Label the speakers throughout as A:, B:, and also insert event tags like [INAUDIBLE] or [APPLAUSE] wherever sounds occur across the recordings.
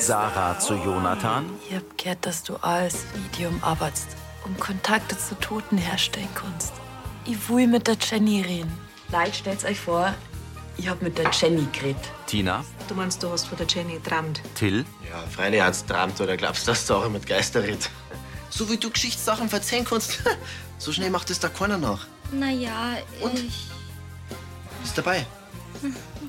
A: Sarah zu Jonathan,
B: Ich habe gehört, dass du als Medium arbeitest, um Kontakte zu Toten herstellen kannst. Ich will mit der Jenny reden. Leute, stellt euch vor, ich hab mit der Jenny geredet.
A: Tina,
C: Du meinst, du hast von der Jenny geträumt?
A: Till,
D: Ja, freilich Hans Tramt, oder glaubst du, dass du auch mit Geister redest? So wie du Geschichtssachen verzeihen kannst, [LAUGHS] so schnell macht es da keiner nach.
E: Naja,
D: Und?
E: ich. [LAUGHS]
D: Ist dabei.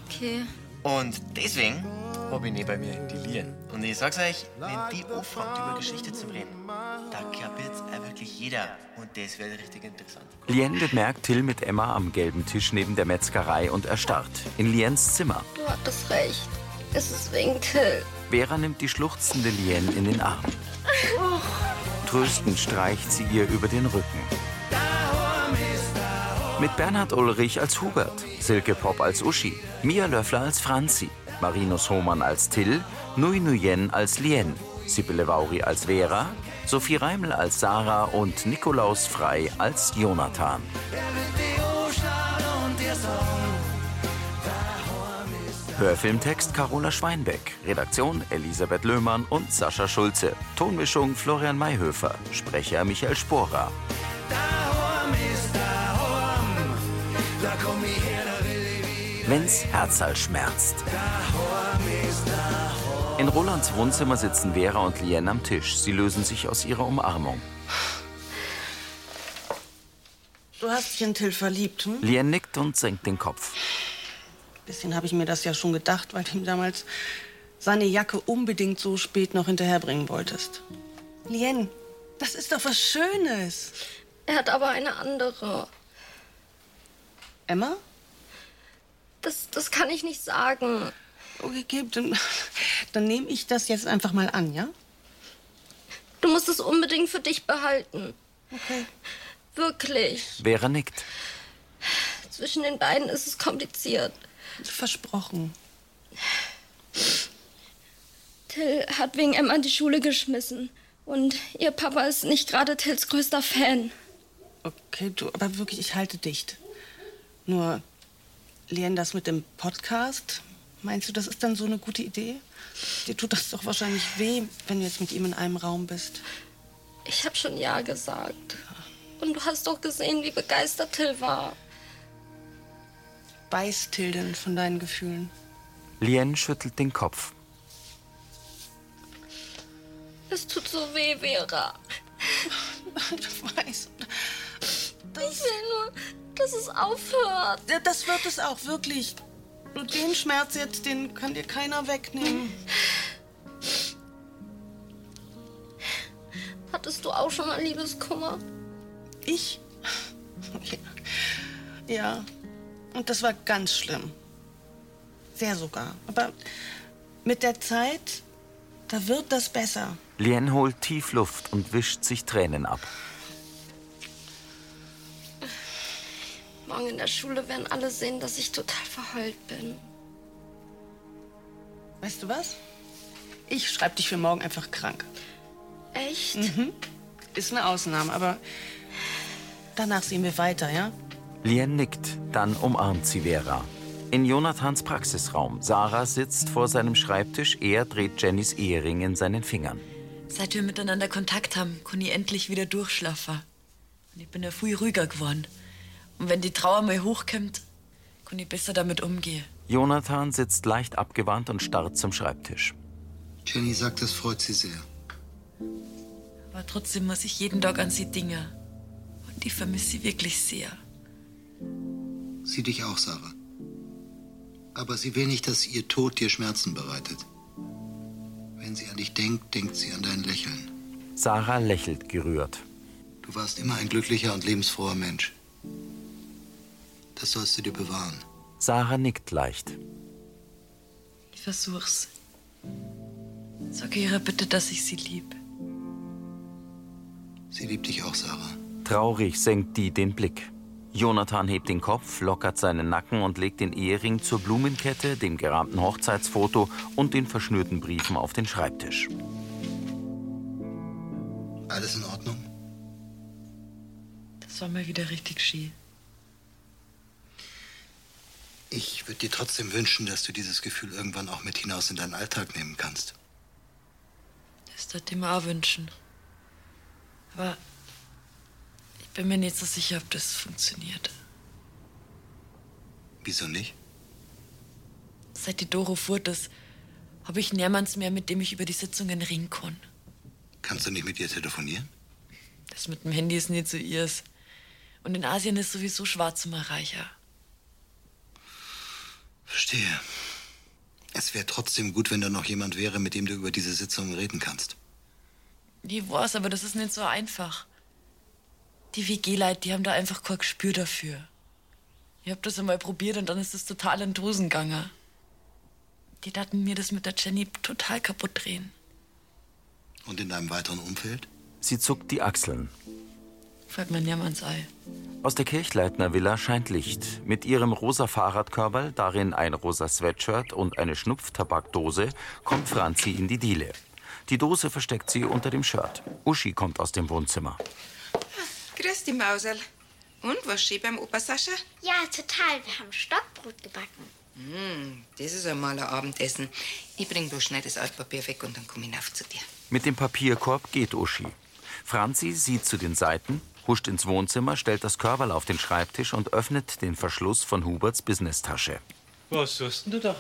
E: Okay.
D: Und deswegen habe ich nie bei mir in die Lieren. Und ich sag's euch, wenn die anfängt, über Geschichte zu reden, da kapiert's auch wirklich jeder. Und das wird richtig interessant.
A: Lien bemerkt Till mit Emma am gelben Tisch neben der Metzgerei und erstarrt in Liens Zimmer.
E: Du hattest recht. Es ist wegen Till.
A: Vera nimmt die schluchzende Lien in den Arm.
E: Oh.
A: Tröstend streicht sie ihr über den Rücken. Mit Bernhard Ulrich als Hubert, Silke Pop als Uschi, Mia Löffler als Franzi, Marinus Hohmann als Till, Nui Nuyen als Lien, Sibylle Vauri als Vera, Sophie Reiml als Sarah und Nikolaus Frei als Jonathan. Hörfilmtext Carola Schweinbeck, Redaktion Elisabeth Löhmann und Sascha Schulze, Tonmischung Florian Mayhöfer, Sprecher Michael Sporer. Wenn's Herzal schmerzt. In Rolands Wohnzimmer sitzen Vera und Lien am Tisch. Sie lösen sich aus ihrer Umarmung.
F: Du hast dich in Till verliebt, hm?
A: Lien nickt und senkt den Kopf.
F: Bisschen habe ich mir das ja schon gedacht, weil du ihm damals seine Jacke unbedingt so spät noch hinterherbringen wolltest. Lien, das ist doch was Schönes.
E: Er hat aber eine andere.
F: Emma?
E: Das, das kann ich nicht sagen.
F: Okay, Oh, dann, dann nehme ich das jetzt einfach mal an, ja?
E: Du musst es unbedingt für dich behalten.
F: Okay.
E: Wirklich.
A: Vera nickt.
E: Zwischen den beiden ist es kompliziert.
F: Versprochen.
E: Till hat wegen Emma die Schule geschmissen. Und ihr Papa ist nicht gerade Tills größter Fan.
F: Okay, du, aber wirklich, ich halte dicht. Nur, Lien, das mit dem Podcast, meinst du, das ist dann so eine gute Idee? Dir tut das doch wahrscheinlich weh, wenn du jetzt mit ihm in einem Raum bist.
E: Ich habe schon Ja gesagt. Und du hast doch gesehen, wie begeistert Till war.
F: Weiß Till denn von deinen Gefühlen?
A: Lien schüttelt den Kopf.
E: Es tut so weh, Vera.
F: Ich weiß.
E: Ich will nur, dass es aufhört.
F: Ja, Das wird es auch, wirklich. Und den Schmerz jetzt, den kann dir keiner wegnehmen.
E: Hattest du auch schon mal Liebeskummer?
F: Ich? Okay. Ja. Und das war ganz schlimm. Sehr sogar. Aber mit der Zeit, da wird das besser.
A: Lien holt tief Luft und wischt sich Tränen ab.
E: Morgen in der Schule werden alle sehen, dass ich total verheult bin.
F: Weißt du was? Ich schreibe dich für morgen einfach krank. Mhm.
E: Echt?
F: Ist eine Ausnahme, aber danach sehen wir weiter, ja?
A: Lien nickt, dann umarmt sie Vera. In Jonathans Praxisraum. Sarah sitzt vor seinem Schreibtisch, er dreht Jennys Ehering in seinen Fingern.
B: Seit wir miteinander Kontakt haben, kann ich endlich wieder durchschlafen. Und ich bin ja viel ruhiger geworden. Und wenn die Trauer mal hochkommt, kann ich besser damit umgehen.
A: Jonathan sitzt leicht abgewandt und starrt zum Schreibtisch.
G: Jenny sagt, das freut sie sehr.
B: Aber trotzdem muss ich jeden Tag an sie Dinge. Und ich vermisse sie wirklich sehr.
G: Sie dich auch, Sarah. Aber sie will nicht, dass ihr Tod dir Schmerzen bereitet. Wenn sie an dich denkt, denkt sie an dein Lächeln.
A: Sarah lächelt gerührt.
G: Du warst immer ein glücklicher und lebensfroher Mensch. Das sollst du dir bewahren.
A: Sarah nickt leicht.
B: Ich versuch's. Sag ihrer bitte, dass ich sie lieb.
G: Sie liebt dich auch, Sarah.
A: Traurig senkt die den Blick. Jonathan hebt den Kopf, lockert seinen Nacken und legt den Ehering zur Blumenkette, dem gerahmten Hochzeitsfoto und den verschnürten Briefen auf den Schreibtisch.
G: Alles in Ordnung?
B: Das war mal wieder richtig schön.
G: Ich würde dir trotzdem wünschen, dass du dieses Gefühl irgendwann auch mit hinaus in deinen Alltag nehmen kannst.
B: Das würde ich mir auch wünschen. Aber ich bin mir nicht so sicher, ob das funktioniert.
H: Wieso nicht?
B: Seit die Doro furt ist, habe ich niemanden mehr, mit dem ich über die Sitzungen reden kann.
H: Kannst du nicht mit ihr telefonieren?
B: Das mit dem Handy ist nicht so ihrs. Und in Asien ist sowieso Schwarzummerreicher.
H: Verstehe. Es wäre trotzdem gut, wenn da noch jemand wäre, mit dem du über diese Sitzung reden kannst.
B: Ich weiß, aber das ist nicht so einfach. Die WG-Leute, die haben da einfach kein Gespür dafür. Ich hab das einmal probiert und dann ist es total in Dosen gegangen. Die dachten mir das mit der Jenny total kaputt drehen.
H: Und in deinem weiteren Umfeld?
A: Sie zuckt die Achseln.
B: Fällt mir niemand ein.
A: Aus der Kirchleitner Villa scheint Licht. Mit ihrem rosa Fahrradkörperl, darin ein rosa Sweatshirt und eine Schnupftabakdose, kommt Franzi in die Diele. Die Dose versteckt sie unter dem Shirt. Uschi kommt aus dem Wohnzimmer.
I: Grüß die Mausel. Und was schön beim Opa Sascha?
J: Ja, total. Wir haben Stockbrot gebacken.
I: Mm, das ist einmal ein Abendessen. Ich bring bloß schnell das Altpapier weg und dann komm ich auf zu dir.
A: Mit dem Papierkorb geht Uschi. Franzi sieht zu den Seiten, huscht ins Wohnzimmer, stellt das Körperl auf den Schreibtisch und öffnet den Verschluss von Huberts Businesstasche.
K: Was suchst denn du da?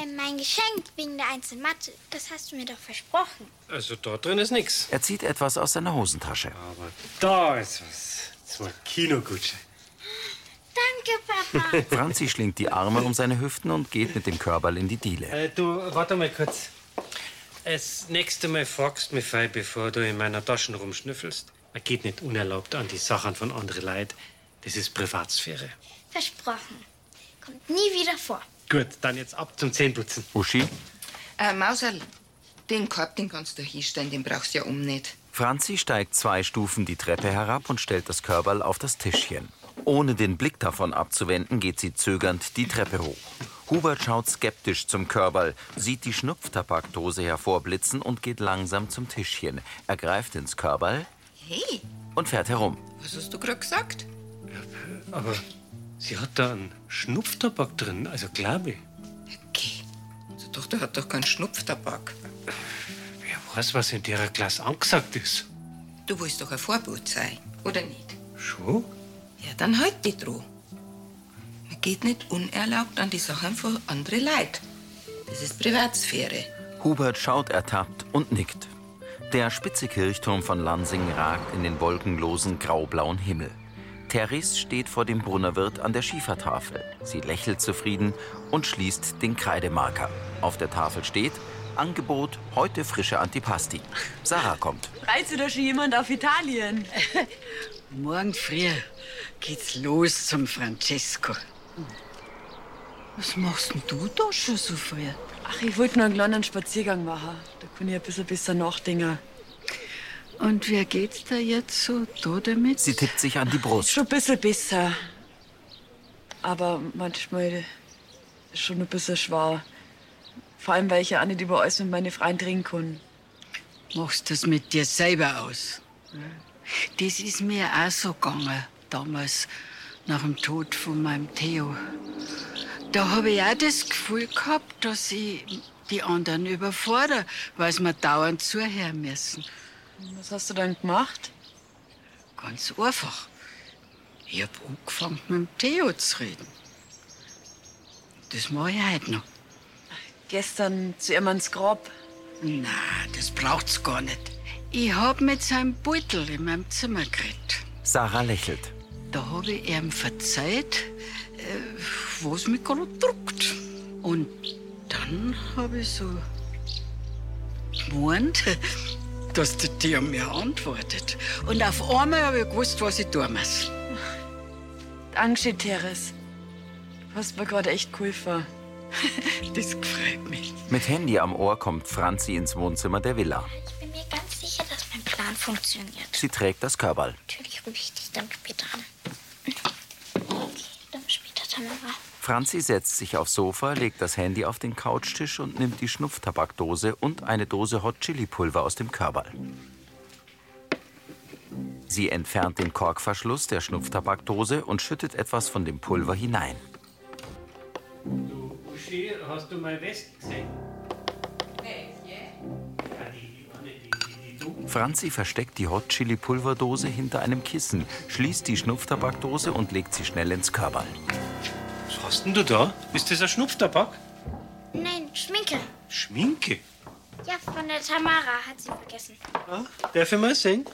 J: Ähm, mein Geschenk wegen der einzelnen Mathe, das hast du mir doch versprochen.
K: Also da drin ist nichts.
A: Er zieht etwas aus seiner Hosentasche.
K: Da ist was. Zwei Kinogutscheine.
J: Danke, Papa.
A: Franzi schlingt die Arme um seine Hüften und geht mit dem Körperl in die Diele.
K: Äh, du, warte mal kurz. Das nächste Mal fragst du mich frei, bevor du in meiner Taschen rumschnüffelst. Man geht nicht unerlaubt an die Sachen von anderen Leuten. Das ist Privatsphäre.
J: Versprochen. Kommt nie wieder vor.
K: Gut, dann jetzt ab zum Zähneputzen.
A: Uschi?
I: Äh, Mausel, den Korb, den kannst du hinstellen, den brauchst du ja um nicht.
A: Franzi steigt zwei Stufen die Treppe herab und stellt das Körperl auf das Tischchen. Ohne den Blick davon abzuwenden, geht sie zögernd die Treppe hoch. Hubert schaut skeptisch zum Körperl, sieht die Schnupftabakdose hervorblitzen und geht langsam zum Tischchen, ergreift ins Körperl
I: Hey,
A: und fährt herum.
I: was hast du gerade gesagt?
K: Aber sie hat da einen Schnupftabak drin, also Glaube.
I: Unsere Tochter hat doch keinen Schnupftabak.
K: Wer weiß, was in derer Glas angesagt ist.
I: Du willst doch ein Vorbild sein, oder nicht?
K: Schon?
I: Ja, dann halt die Droh. Man geht nicht unerlaubt an die Sachen von anderen Leuten. Das ist Privatsphäre.
A: Hubert schaut ertappt und nickt. Der spitze Kirchturm von Lansing ragt in den wolkenlosen graublauen Himmel. Therese steht vor dem Brunnerwirt an der Schiefertafel. Sie lächelt zufrieden und schließt den Kreidemarker. Auf der Tafel steht Angebot heute frische Antipasti. Sarah kommt.
B: Reizt du da schon jemand auf Italien?
L: Morgen früh geht's los zum Francesco.
B: [LAUGHS] Was machst denn du da schon so früh? Ach, ich wollte nur einen kleinen Spaziergang machen. Da kann ich ein bisschen besser nachdenken.
L: Und wer geht's da jetzt so da damit?
A: Sie tippt sich an die Brust.
B: Schon ein bisschen besser. Aber manchmal schon ein bisschen schwer. Vor allem, weil ich ja auch nicht über alles mit meinen Freunden trinken kann.
L: Machst das mit dir selber aus. Das ist mir auch so gegangen damals, nach dem Tod von meinem Theo. Da habe ich auch das Gefühl gehabt, dass ich die anderen überfordere, weil sie mir dauernd zuhören müssen.
B: Was hast du dann gemacht?
L: Ganz einfach. Ich habe angefangen, mit dem Theo zu reden. Das mache ich heute noch.
B: Gestern zu ihm ins Grab.
L: Na, das braucht's gar nicht. Ich hab mit seinem Beutel in meinem Zimmer geredet.
A: Sarah lächelt.
L: Da hab ich ihm verzeiht, äh, was mich gerade druckt. Und dann hab ich so gemeint, [LAUGHS] dass der Tier mir antwortet. Und auf einmal hab ich gewusst, was ich tun muss.
B: Dankeschön, Teres. Du hast mir gerade echt geholfen. [LAUGHS]
L: das gefreut mich.
A: Mit Handy am Ohr kommt Franzi ins Wohnzimmer der Villa.
J: Ich bin mir ganz sicher, dass mein Plan funktioniert.
A: Sie trägt das Körperl.
J: Natürlich rufe ich dich dann später an. Okay, dann später, Tamara.
A: Franzi setzt sich aufs Sofa, legt das Handy auf den Couchtisch und nimmt die Schnupftabakdose und eine Dose Hot Chili Pulver aus dem Körperl. Sie entfernt den Korkverschluss der Schnupftabakdose und schüttet etwas von dem Pulver hinein.
K: Uschi, hast du meine Weste gesehen? Welche? Ja, die, die, eine, die
A: Franzi versteckt die Hot Chili Pulverdose hinter einem Kissen, schließt die Schnupftabakdose und legt sie schnell ins Körperl.
K: Was hast denn du da? Ist das ein Schnupftabak?
J: Nein, Schminke.
K: Schminke?
J: Ja, von der Tamara hat sie vergessen.
K: Darf ich mal sehen?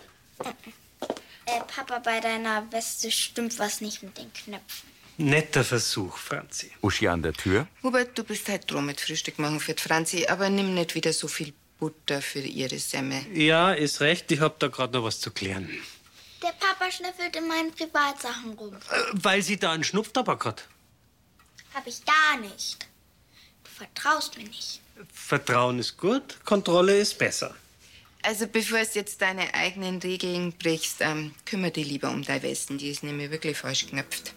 J: Äh, Papa, bei deiner Weste stimmt was nicht mit den Knöpfen.
K: Netter Versuch, Franzi.
A: Uschi an der Tür.
I: Hubert, du bist halt dran mit Frühstück machen für die Franzi, aber nimm nicht wieder so viel Butter für ihre Semme.
K: Ja, ist recht, ich hab da gerade noch was zu klären.
J: Der Papa schnüffelt in meinen Privatsachen rum.
K: Äh, Weil sie da einen Schnupftabak hat.
J: Hab ich gar nicht. Du vertraust mir nicht.
K: Vertrauen ist gut, Kontrolle ist besser.
I: Also bevor du jetzt deine eigenen Regeln brichst, ähm, kümmere dich lieber um deine Westen. Die ist nämlich wirklich falsch geknöpft.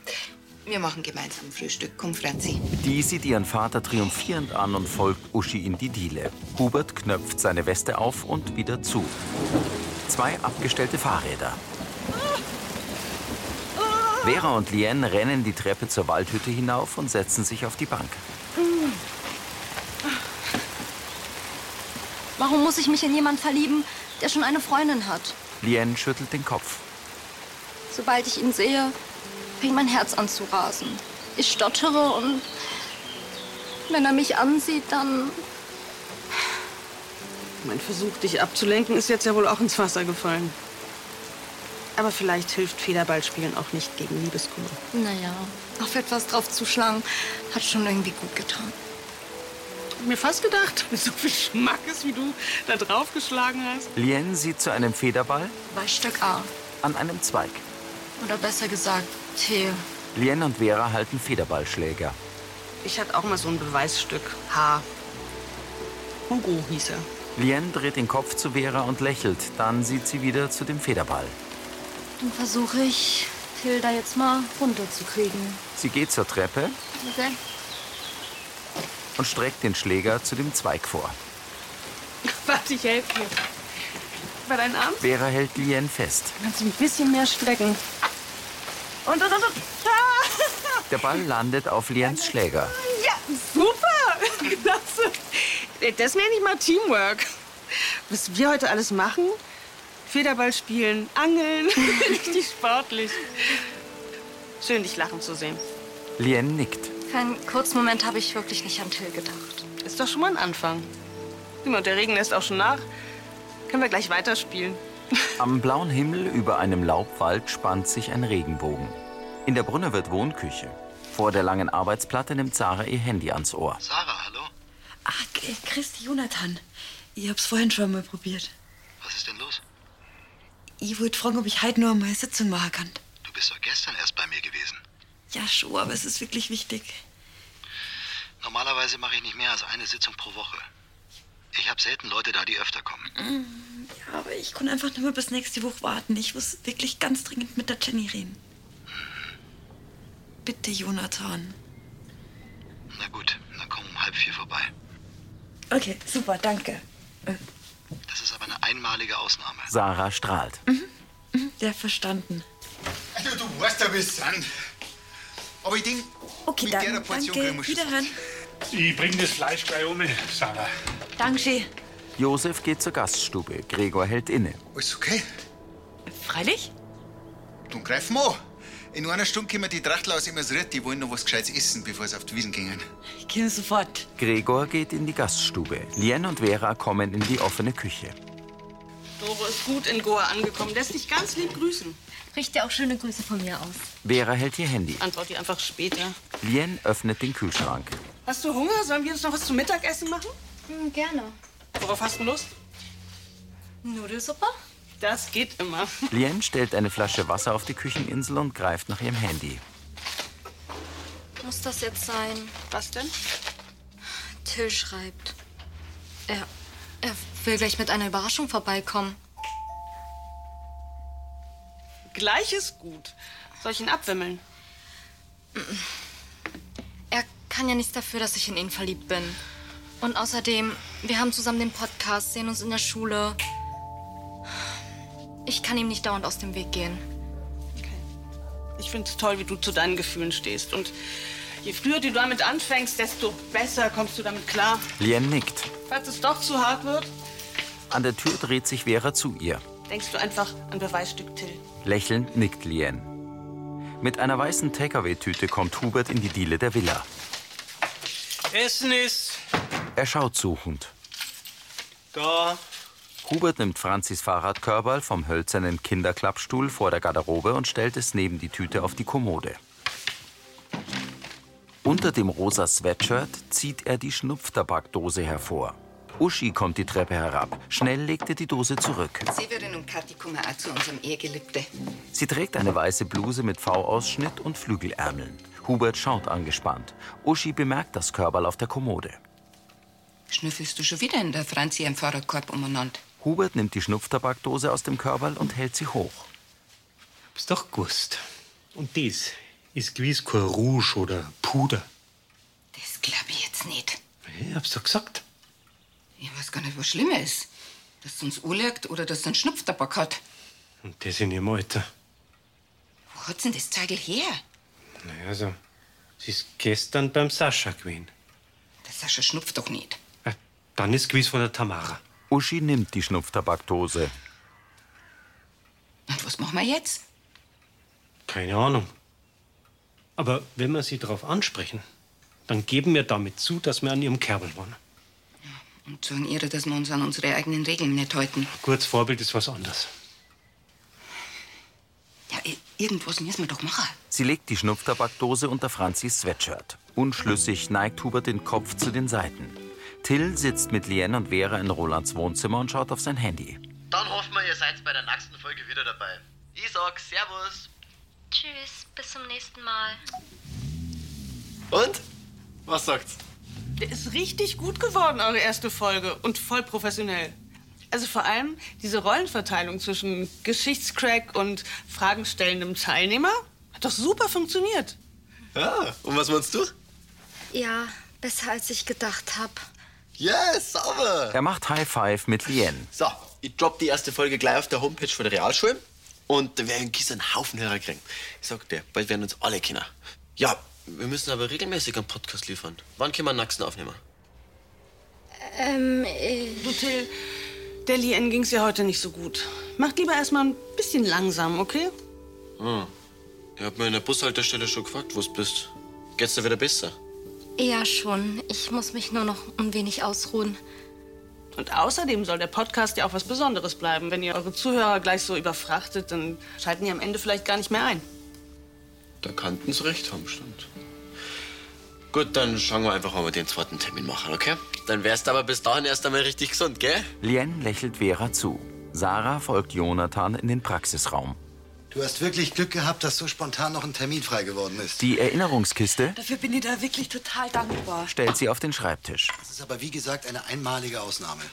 I: Wir machen gemeinsam Frühstück. Komm, Franzi.
A: Die sieht ihren Vater triumphierend an und folgt Uschi in die Diele. Hubert knöpft seine Weste auf und wieder zu. Zwei abgestellte Fahrräder. Vera und Lien rennen die Treppe zur Waldhütte hinauf und setzen sich auf die Bank.
E: Warum muss ich mich in jemanden verlieben, der schon eine Freundin hat?
A: Lien schüttelt den Kopf.
E: Sobald ich ihn sehe, fängt mein Herz an zu rasen. Ich stottere und wenn er mich ansieht, dann...
F: Mein Versuch, dich abzulenken, ist jetzt ja wohl auch ins Wasser gefallen. Aber vielleicht hilft Federballspielen auch nicht gegen Liebeskummer.
E: Naja, auf etwas drauf zuschlagen, hat schon irgendwie gut getan.
F: Hab mir fast gedacht, mit so viel Schmackes, wie du da draufgeschlagen hast.
A: Lien sieht zu einem Federball
E: Bei Stück A.
A: an einem Zweig.
E: Oder besser gesagt, Tee.
A: Lien und Vera halten Federballschläger.
F: Ich hatte auch mal so ein Beweisstück. Haar. Hugo hieß er.
A: Lien dreht den Kopf zu Vera und lächelt. Dann sieht sie wieder zu dem Federball.
E: Dann versuche ich, Tilda jetzt mal runterzukriegen.
A: Sie geht zur Treppe
E: Okay.
A: und streckt den Schläger zu dem Zweig vor.
F: [LAUGHS] Warte, ich helfe dir. Bei deinen Arm?
A: Vera hält Lien fest.
F: Kannst du ein bisschen mehr strecken. Und, und, und, und. Ah! [LAUGHS]
A: Der Ball landet auf Liens Schläger.
F: Ja, super! Klasse. Das nenne ich mal Teamwork. Was wir heute alles machen? Federball spielen,
E: [LAUGHS]
F: angeln, richtig sportlich. Schön, dich lachen zu sehen.
A: Lien nickt.
E: Für einen kurzen Moment habe ich wirklich nicht an Till gedacht.
F: Ist doch schon mal ein Anfang. Sieh mal, der Regen lässt auch schon nach. Können wir gleich weiterspielen.
A: Am blauen Himmel über einem Laubwald spannt sich ein Regenbogen. In der Brunne wird Wohnküche. Vor der langen Arbeitsplatte nimmt Sarah ihr Handy ans Ohr.
B: Sarah, hallo. Ah, K- Christi, Jonathan. Ich hab's vorhin schon mal probiert.
G: Was ist denn los?
B: Ich wollte fragen, ob ich heute nur mal eine Sitzung machen kann.
G: Du bist doch gestern erst bei mir gewesen.
B: Ja, schon, aber es ist wirklich wichtig.
G: Normalerweise mache ich nicht mehr als eine Sitzung pro Woche. Ich habe selten Leute da, die öfter kommen.
B: Mm, Ja, aber ich kann einfach nur bis nächste Woche warten. Ich muss wirklich ganz dringend mit der Jenny reden. Bitte, Jonathan.
G: Na gut, dann komm um halb vier vorbei.
B: Okay, super, danke.
G: Das ist aber eine einmalige Ausnahme.
A: Sarah strahlt.
B: Mhm, Ja, verstanden.
M: Also, du weißt ja, wie es sind. Aber ich denke,
B: Okay,
M: mit der
B: dann,
M: Portion
B: danke.
M: können wir schon
B: Wiederhören.
N: Ich bring das Fleisch gleich um, Sarah.
B: Dankeschön.
A: Josef geht zur Gaststube. Gregor hält inne.
M: Alles okay?
B: Freilich?
M: Dann greifen wir an. In einer Stunde kommen die Trachtler aus Immersried, die wollen noch was Gescheites essen, bevor sie auf die Wiesen gingen.
B: Ich komme sofort.
A: Gregor geht in die Gaststube. Lien und Vera kommen in die offene Küche.
F: Doro ist gut in Goa angekommen. Lässt dich ganz lieb grüßen. Richte dir auch schöne Grüße von mir aus.
A: Vera hält ihr Handy.
F: Antwort dir einfach später.
A: Lien öffnet den Kühlschrank.
F: Hast du Hunger? Sollen wir uns noch was zum Mittagessen machen? Hm, gerne. Worauf hast du Lust? Nudelsuppe? Das geht immer. [LAUGHS]
A: Lien stellt eine Flasche Wasser auf die Kücheninsel und greift nach ihrem Handy.
E: Muss das jetzt sein?
F: Was denn?
E: Till schreibt. Er, er will gleich mit einer Überraschung vorbeikommen.
F: Gleich ist gut. Soll ich ihn abwimmeln?
E: Er kann ja nichts dafür, dass ich in ihn verliebt bin. Und außerdem, wir haben zusammen den Podcast, sehen uns in der Schule. Ich kann ihm nicht dauernd aus dem Weg gehen.
F: Ich finde es toll, wie du zu deinen Gefühlen stehst. Und je früher du damit anfängst, desto besser kommst du damit klar.
A: Lien nickt.
F: Falls es doch zu hart wird,
A: An der Tür dreht sich Vera zu ihr.
F: Denkst du einfach an Beweisstück Till?
A: Lächelnd nickt Lien. Mit einer weißen Takeaway-Tüte kommt Hubert in die Diele der Villa.
K: Essen ist
A: Er schaut suchend.
K: da.
A: Hubert nimmt Franzis Fahrradkörperl vom hölzernen Kinderklappstuhl vor der Garderobe und stellt es neben die Tüte auf die Kommode. Unter dem rosa Sweatshirt zieht er die Schnupftabakdose hervor. Uschi kommt die Treppe herab. Schnell legt er die Dose zurück.
I: Severin und Kathi kommen auch zu unserem Ehegelübde.
A: Sie trägt eine weiße Bluse mit V-Ausschnitt und Flügelärmeln. Hubert schaut angespannt. Uschi bemerkt das Körperl auf der Kommode.
I: Schnüffelst du schon wieder in der Franzi im Fahrradkorb umeinander?
A: Hubert nimmt die Schnupftabakdose aus dem Körperl und hält sie hoch.
K: Hab's doch gewusst. Und dies ist gewiss kein Rouge oder Puder.
I: Das glaube ich jetzt nicht.
K: Ich hab's doch gesagt.
I: Ich weiß gar nicht, was schlimmer ist. Dass es uns anlegt oder dass es einen Schnupftabak hat.
K: Und das in ihrem Alter.
I: Wo hat's denn das Zeigel her?
K: Naja, also, sie ist gestern beim Sascha gewesen. Äh,
I: Der Sascha schnupft doch nicht.
K: Dann ist gewiss von der Tamara.
A: Uschi nimmt die Schnupftabakdose.
I: Und was machen wir jetzt?
K: Keine Ahnung. Aber wenn wir sie darauf ansprechen, dann geben wir damit zu, dass wir an ihrem Kerbel waren.
I: Und sagen ihr, dass wir uns an unsere eigenen Regeln nicht halten.
K: Kurz Vorbild ist was anderes.
I: Ja, i- irgendwas müssen wir doch machen.
A: Sie legt die Schnupftabakdose unter Franzis Sweatshirt. Unschlüssig neigt Hubert den Kopf zu den Seiten. Till sitzt mit Lien und Vera in Rolands Wohnzimmer und schaut auf sein Handy.
D: Dann hoffen wir, ihr seid bei der nächsten Folge wieder dabei. Ich sag Servus.
O: Tschüss, bis zum nächsten Mal.
D: Und? Was sagt's?
F: Der ist richtig gut geworden, eure erste Folge. Und voll professionell. Also vor allem diese Rollenverteilung zwischen Geschichtscrack und fragenstellendem Teilnehmer hat doch super funktioniert.
D: Ja, und was meinst du?
E: Ja, besser als ich gedacht habe.
D: Yes, sauber!
A: Er macht High Five mit Lien.
D: So, ich droppe die erste Folge gleich auf der Homepage von der Realschule und da werden Kiss einen Haufen Hörer kriegen. Ich sag dir, bald werden uns alle kennen. Ja, wir müssen aber regelmäßig einen Podcast liefern. Wann können wir einen nächsten aufnehmen?
F: Ähm, ich... Du, Till, der Lien ging's ja heute nicht so gut. Macht lieber erstmal ein bisschen langsam, okay?
D: Hm. Ich hab mir in der Bushaltestelle schon gefragt, wo du bist. Geht's dir wieder besser?
E: Ja, schon. Ich muss mich nur noch ein wenig ausruhen.
F: Und außerdem soll der Podcast ja auch was Besonderes bleiben. Wenn ihr eure Zuhörer gleich so überfrachtet, dann schalten die am Ende vielleicht gar nicht mehr ein.
D: Da kannten sie recht haben, stimmt. Gut, dann schauen wir einfach, ob wir den zweiten Termin machen, okay? Dann wärst du aber bis dahin erst einmal richtig gesund, gell?
A: Lien lächelt Vera zu. Sarah folgt Jonathan in den Praxisraum.
G: Du hast wirklich Glück gehabt, dass so spontan noch ein Termin frei geworden ist.
A: Die Erinnerungskiste
B: Dafür bin ich da wirklich total dankbar.
A: stellt sie auf den Schreibtisch.
G: Das ist aber wie gesagt eine einmalige Ausnahme.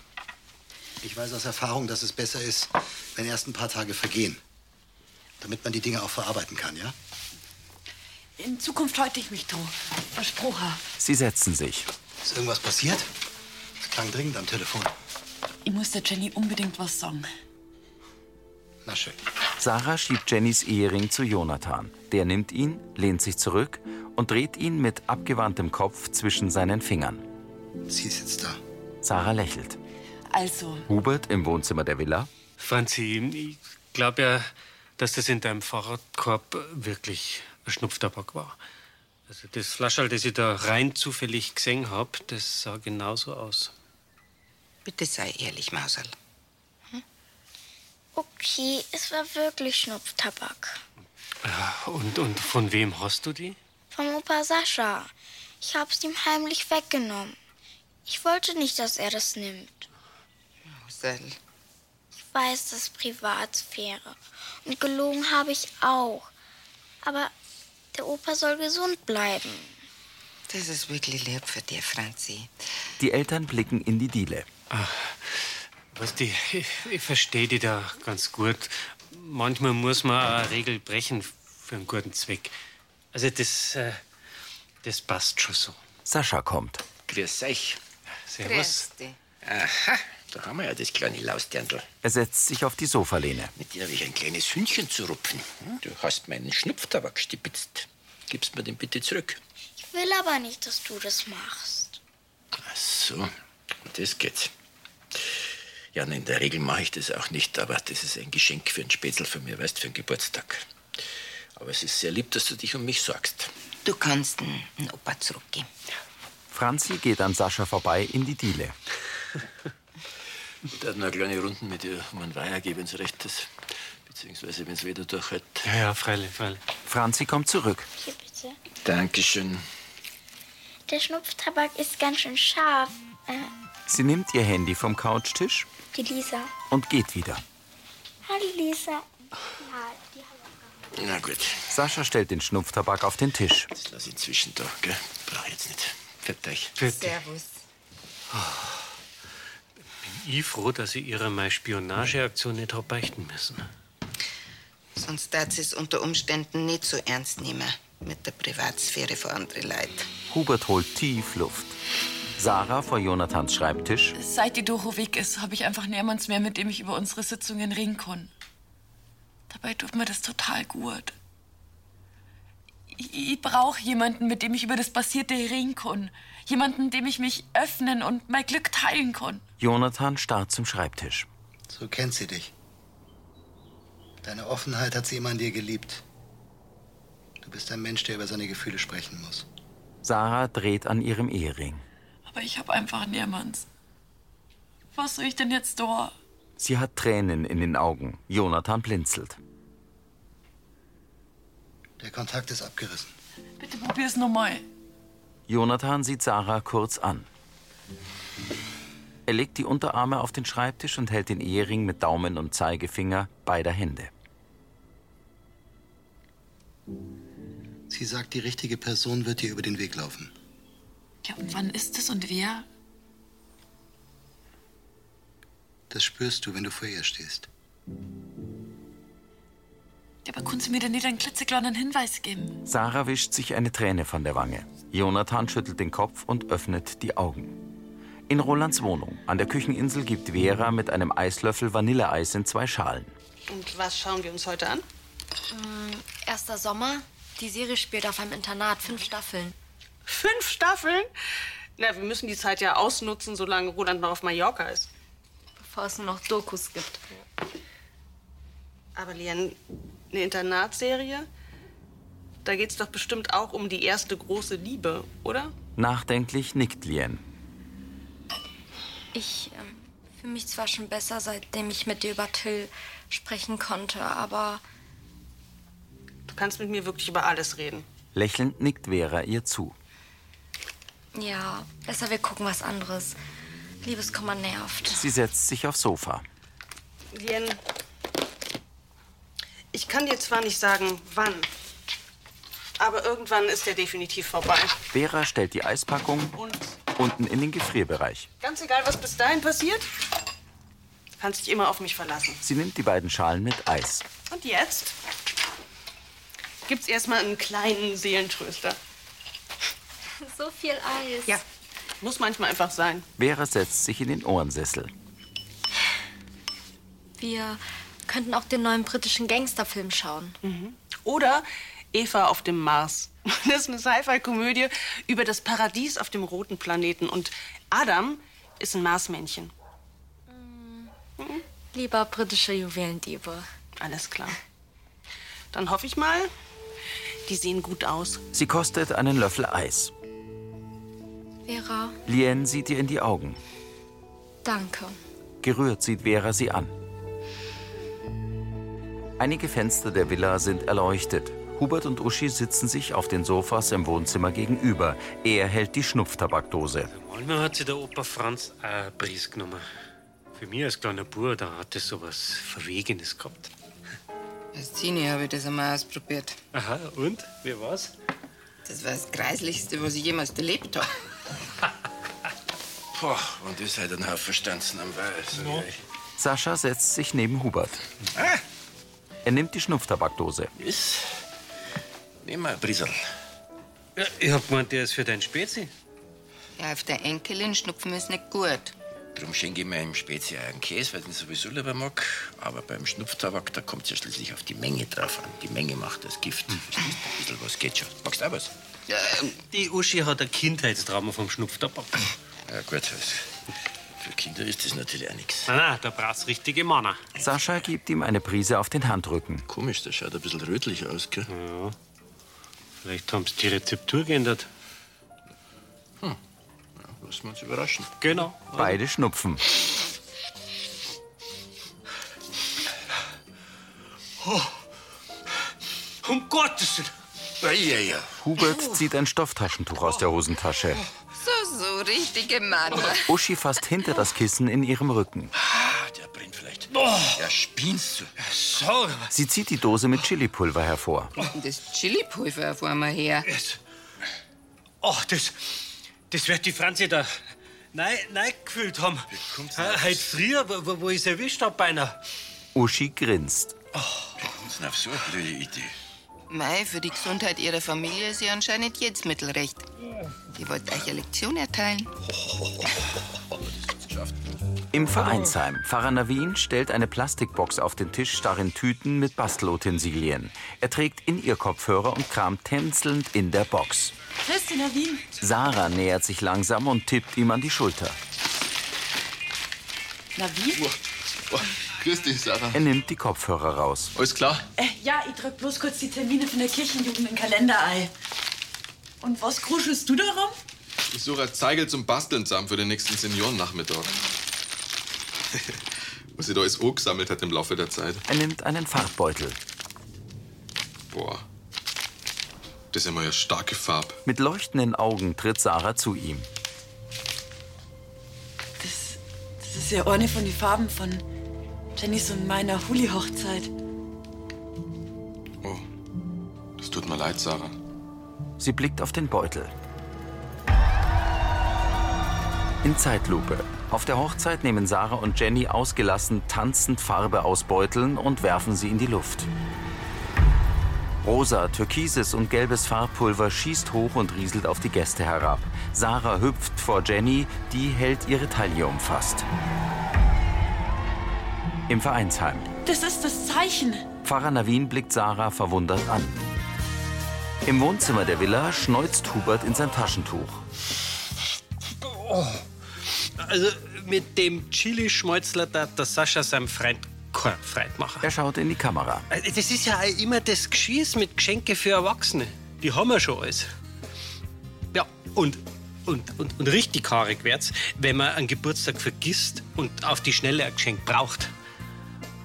G: Ich weiß aus Erfahrung, dass es besser ist, wenn erst ein paar Tage vergehen. Damit man die Dinge auch verarbeiten kann, ja?
B: In Zukunft halte ich mich dran. Versprochen.
A: Sie setzen sich.
G: Ist irgendwas passiert? Es klang dringend am Telefon.
B: Ich muss der Jenny unbedingt was sagen.
G: Na schön.
A: Sarah schiebt Jennys Ehering zu Jonathan. Der nimmt ihn, lehnt sich zurück und dreht ihn mit abgewandtem Kopf zwischen seinen Fingern.
G: Sie ist jetzt da.
A: Sarah lächelt.
B: Also,
A: Hubert im Wohnzimmer der Villa.
K: Franzi, ich glaube ja, dass das in deinem Fahrradkorb wirklich ein Schnupftabak war. Also das Flascherl, das ich da rein zufällig gesehen habe, das sah genauso aus.
I: Bitte sei ehrlich, Mausel.
J: Okay, es war wirklich Schnupftabak.
K: Und, und von wem hast du die?
J: Vom Opa Sascha. Ich hab's ihm heimlich weggenommen. Ich wollte nicht, dass er das nimmt.
I: Mausel.
J: Ich weiß, das ist Privatsphäre. Und gelogen habe ich auch. Aber der Opa soll gesund bleiben.
I: Das ist wirklich lieb für dich, Franzi.
A: Die Eltern blicken in die Diele.
K: Weißt du, ich, ich verstehe dich da ganz gut. Manchmal muss man auch eine Regel brechen für einen guten Zweck. Also das, äh, das passt schon so.
A: Sascha kommt.
P: Grüß euch.
K: Servus.
P: Aha, da haben wir ja das kleine Lausdirndl.
A: Er setzt sich auf die Sofalehne.
P: Mit dir habe ich ein kleines Hündchen zu rupfen. Hm? Du hast meinen Schnupftabak stipitzt. Gibst mir den bitte zurück.
J: Ich will aber nicht, dass du das machst.
P: Ach so, um das geht's. Jan, in der Regel mache ich das auch nicht, aber das ist ein Geschenk für einen Spätzl von mir, weißt, für einen Geburtstag. Aber es ist sehr lieb, dass du dich um mich sorgst.
I: Du kannst einen Opa zurückgeben.
A: Franzi geht an Sascha vorbei in die Diele.
P: Da hat halt noch kleine Runden mit dir um einen Weiher geben, wenn's recht ist. Beziehungsweise, wenn's wieder durchhält.
K: Ja, ja, freilich, freilich.
A: Franzi kommt zurück.
J: Hier bitte.
P: Dankeschön.
J: Der Schnupftabak ist ganz schön scharf. Äh,
A: Sie nimmt ihr Handy vom Couchtisch
J: die Lisa.
A: und geht wieder.
J: Hallo Lisa. Ja, die
P: Na gut.
A: Sascha stellt den Schnupftabak auf den Tisch.
P: Das lass ich inzwischen da, gell? Brauch ich jetzt nicht. Pfiat euch.
I: Servus.
K: Bin ich froh, dass ich ihrer meine Spionageaktion nicht hab beichten müssen.
I: Sonst darf es unter Umständen nicht so ernst nehmen mit der Privatsphäre von anderen Leuten.
A: Hubert holt tief Luft. Sarah vor Jonathans Schreibtisch.
B: Seit die Doro weg ist, habe ich einfach niemanden mehr, mit dem ich über unsere Sitzungen reden kann. Dabei tut mir das total gut. Ich, ich brauche jemanden, mit dem ich über das Passierte reden kann. Jemanden, dem ich mich öffnen und mein Glück teilen kann.
A: Jonathan starrt zum Schreibtisch.
G: So kennt sie dich. Deine Offenheit hat sie immer an dir geliebt. Du bist ein Mensch, der über seine Gefühle sprechen muss.
A: Sarah dreht an ihrem Ehering.
B: Aber ich habe einfach niemanden. Was soll ich denn jetzt da?
A: Sie hat Tränen in den Augen. Jonathan blinzelt.
G: Der Kontakt ist abgerissen.
B: Bitte probier's nochmal.
A: Jonathan sieht Sarah kurz an. Er legt die Unterarme auf den Schreibtisch und hält den Ehering mit Daumen und Zeigefinger beider Hände.
G: Sie sagt, die richtige Person wird dir über den Weg laufen.
B: Ja, und wann ist es und wer?
G: Das spürst du, wenn du vor ihr stehst.
B: Ja, aber kannst du mir denn nicht einen klitzekleinen Hinweis geben?
A: Sarah wischt sich eine Träne von der Wange. Jonathan schüttelt den Kopf und öffnet die Augen. In Rolands Wohnung an der Kücheninsel gibt Vera mit einem Eislöffel Vanilleeis in zwei Schalen.
F: Und was schauen wir uns heute an?
Q: Äh, Erster Sommer. Die Serie spielt auf einem Internat, fünf Staffeln.
F: Fünf Staffeln? Na, wir müssen die Zeit ja ausnutzen, solange Roland noch auf Mallorca ist.
Q: Bevor es nur noch Dokus gibt.
F: Aber Lian, eine Internatsserie? Da geht's doch bestimmt auch um die erste große Liebe, oder?
A: Nachdenklich nickt Lien.
Q: Ich ähm, fühle mich zwar schon besser, seitdem ich mit dir über Till sprechen konnte, aber
F: Du kannst mit mir wirklich über alles reden.
A: Lächelnd nickt Vera ihr zu.
Q: ja, besser wir gucken was anderes. Liebeskummer nervt.
A: Sie setzt sich aufs Sofa.
F: Lien, ich kann dir zwar nicht sagen, wann, aber irgendwann ist der definitiv vorbei.
A: Vera stellt die Eispackung unten in den Gefrierbereich.
F: Ganz egal, was bis dahin passiert, kannst dich immer auf mich verlassen.
A: Sie nimmt die beiden Schalen mit Eis.
F: Und jetzt gibt's erstmal einen kleinen Seelentröster.
Q: So viel Eis.
F: Ja, muss manchmal einfach sein.
A: Vera setzt sich in den Ohrensessel.
Q: Wir könnten auch den neuen britischen Gangsterfilm schauen.
F: Mhm. Oder Eva auf dem Mars. [LAUGHS] Das ist eine Sci-Fi-Komödie über das Paradies auf dem roten Planeten. Und Adam ist ein Marsmännchen.
Q: Lieber britische Juwelendiebe.
F: Alles klar. Dann hoffe ich mal, die sehen gut aus.
A: Sie kostet einen Löffel Eis.
Q: Vera,
A: Lien sieht ihr in die Augen.
Q: danke.
A: Gerührt sieht Vera sie an. Einige Fenster der Villa sind erleuchtet. Hubert und Uschi sitzen sich auf den Sofas im Wohnzimmer gegenüber. Er hält die Schnupftabakdose.
K: Einmal hat sich der Opa Franz auch einen Preis genommen. Für mich als kleiner Bub, da hat es sowas Verwegenes gehabt.
I: Als Teenie habe ich das einmal ausprobiert.
K: Aha, und? Wie war's?
I: Das war das Kreislichste, was ich jemals erlebt habe.
P: Boah, und ihr seid ein Haufen Stanzen am Weiß.
A: Sascha setzt sich neben Hubert. Er nimmt die Schnupftabakdose.
P: Ist. Nimm mal ein Brisel.
K: Ja, ich hab gemeint, der ist für dein Spezi.
I: Ja, auf der Enkelin schnupfen ist nicht gut.
P: Drum schenke ich meinem Spezi auch einen Käse, weil ich ihn sowieso lieber mag. Aber beim Schnupftabak, da kommt es ja schließlich auf die Menge drauf an. Die Menge macht das Gift.
K: Hm.
P: Verstehst du? Ein bisschen was geht schon. Magst du auch was? ähm,
K: Die Uschi hat ein Kindheitstrauma vom Schnupftabak.
P: Ja, gut. das- also, Für Kinder ist das natürlich auch nichts.
K: Na, na, da brauchst richtige Mana.
A: Sascha gibt ihm eine Prise auf den Handrücken.
P: Komisch, das schaut ein bisschen rötlich aus, gell?
K: Ja. Vielleicht haben sie die Rezeptur geändert.
P: Lassen wir uns überraschen.
K: Genau.
A: Beide schnupfen.
P: Oh.
K: Um Gottes
P: Willen. Ja,
A: Hubert zieht ein Stofftaschentuch aus der Hosentasche.
I: So, so, richtige Mann.
A: Uschi fasst hinter das Kissen in ihrem Rücken.
P: Ja, spinnst du?
A: So. Sie zieht die Dose mit Chilipulver hervor.
I: Das Chili-Pulver vor mir her.
K: Ach, das, das wird die Franzi da nein, nein gefühlt haben. Äh, Heute früher, wo- wo, wo ich sie erwischt habe, beinahe.
A: Uschi grinst.
P: Kommst du auf so eine blöde Idee?
I: Mei, für die Gesundheit ihrer Familie ist ja anscheinend jedes Mittel recht. Die wollte euch eine Lektion erteilen.
A: Im Vereinsheim. Pfarrer Navin stellt eine Plastikbox auf den Tisch, darin Tüten mit Bastelutensilien. Er trägt in ihr Kopfhörer und kramt tänzelnd in der Box.
R: Christina Wien.
A: Sarah nähert sich langsam und tippt ihm an die Schulter.
R: Na wie?
M: Oh, Grüß dich, Sarah.
A: Er nimmt die Kopfhörer raus.
M: Alles klar?
R: Äh, ja, ich drück bloß kurz die Termine von der Kirchenjugend in den Kalender ein. Und was kruschelst du darum?
S: Ich suche ein Zeigel zum Basteln zusammen für den nächsten Seniorennachmittag. Was sie da alles angesammelt hat im Laufe der Zeit.
A: Er nimmt einen Farbbeutel.
S: Boah. Das ist immer ja starke Farbe.
A: Mit leuchtenden Augen tritt Sarah zu ihm.
R: Das ist ja eine von den Farben von Jennys und meiner Huli-Hochzeit.
S: Das Oh, tut mir leid, Sarah.
A: Sie blickt auf den Beutel. In Zeitlupe. Auf der Hochzeit nehmen Sarah und Jenny ausgelassen tanzend Farbe aus Beuteln und werfen sie in die Luft. Rosa, türkises und gelbes Farbpulver schießt hoch und rieselt auf die Gäste herab. Sarah hüpft vor Jenny, die hält ihre Taille umfasst. Im Vereinsheim.
R: Das ist das Zeichen.
A: Pfarrer Navin blickt Sarah verwundert an. Im Wohnzimmer der Villa schneuzt Hubert in sein Taschentuch.
K: Oh. Also mit dem Chili-Schmeuzler darf der Sascha seinem Freund keinen Freund machen.
A: Er schaut in die Kamera.
K: Also, Das ist ja auch immer das Geschieß mit Geschenke für Erwachsene. Die haben wir schon alles. Ja, und, und, und, und richtig haarig wird's, wenn man einen Geburtstag vergisst und auf die Schnelle ein Geschenk braucht.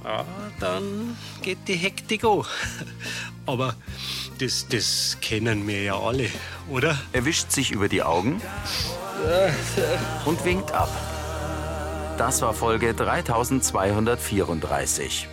K: Ja, dann geht die Hektik an. Aber das, das kennen wir ja alle, oder?
A: Er wischt sich über die Augen und winkt ab. Das war Folge 3234.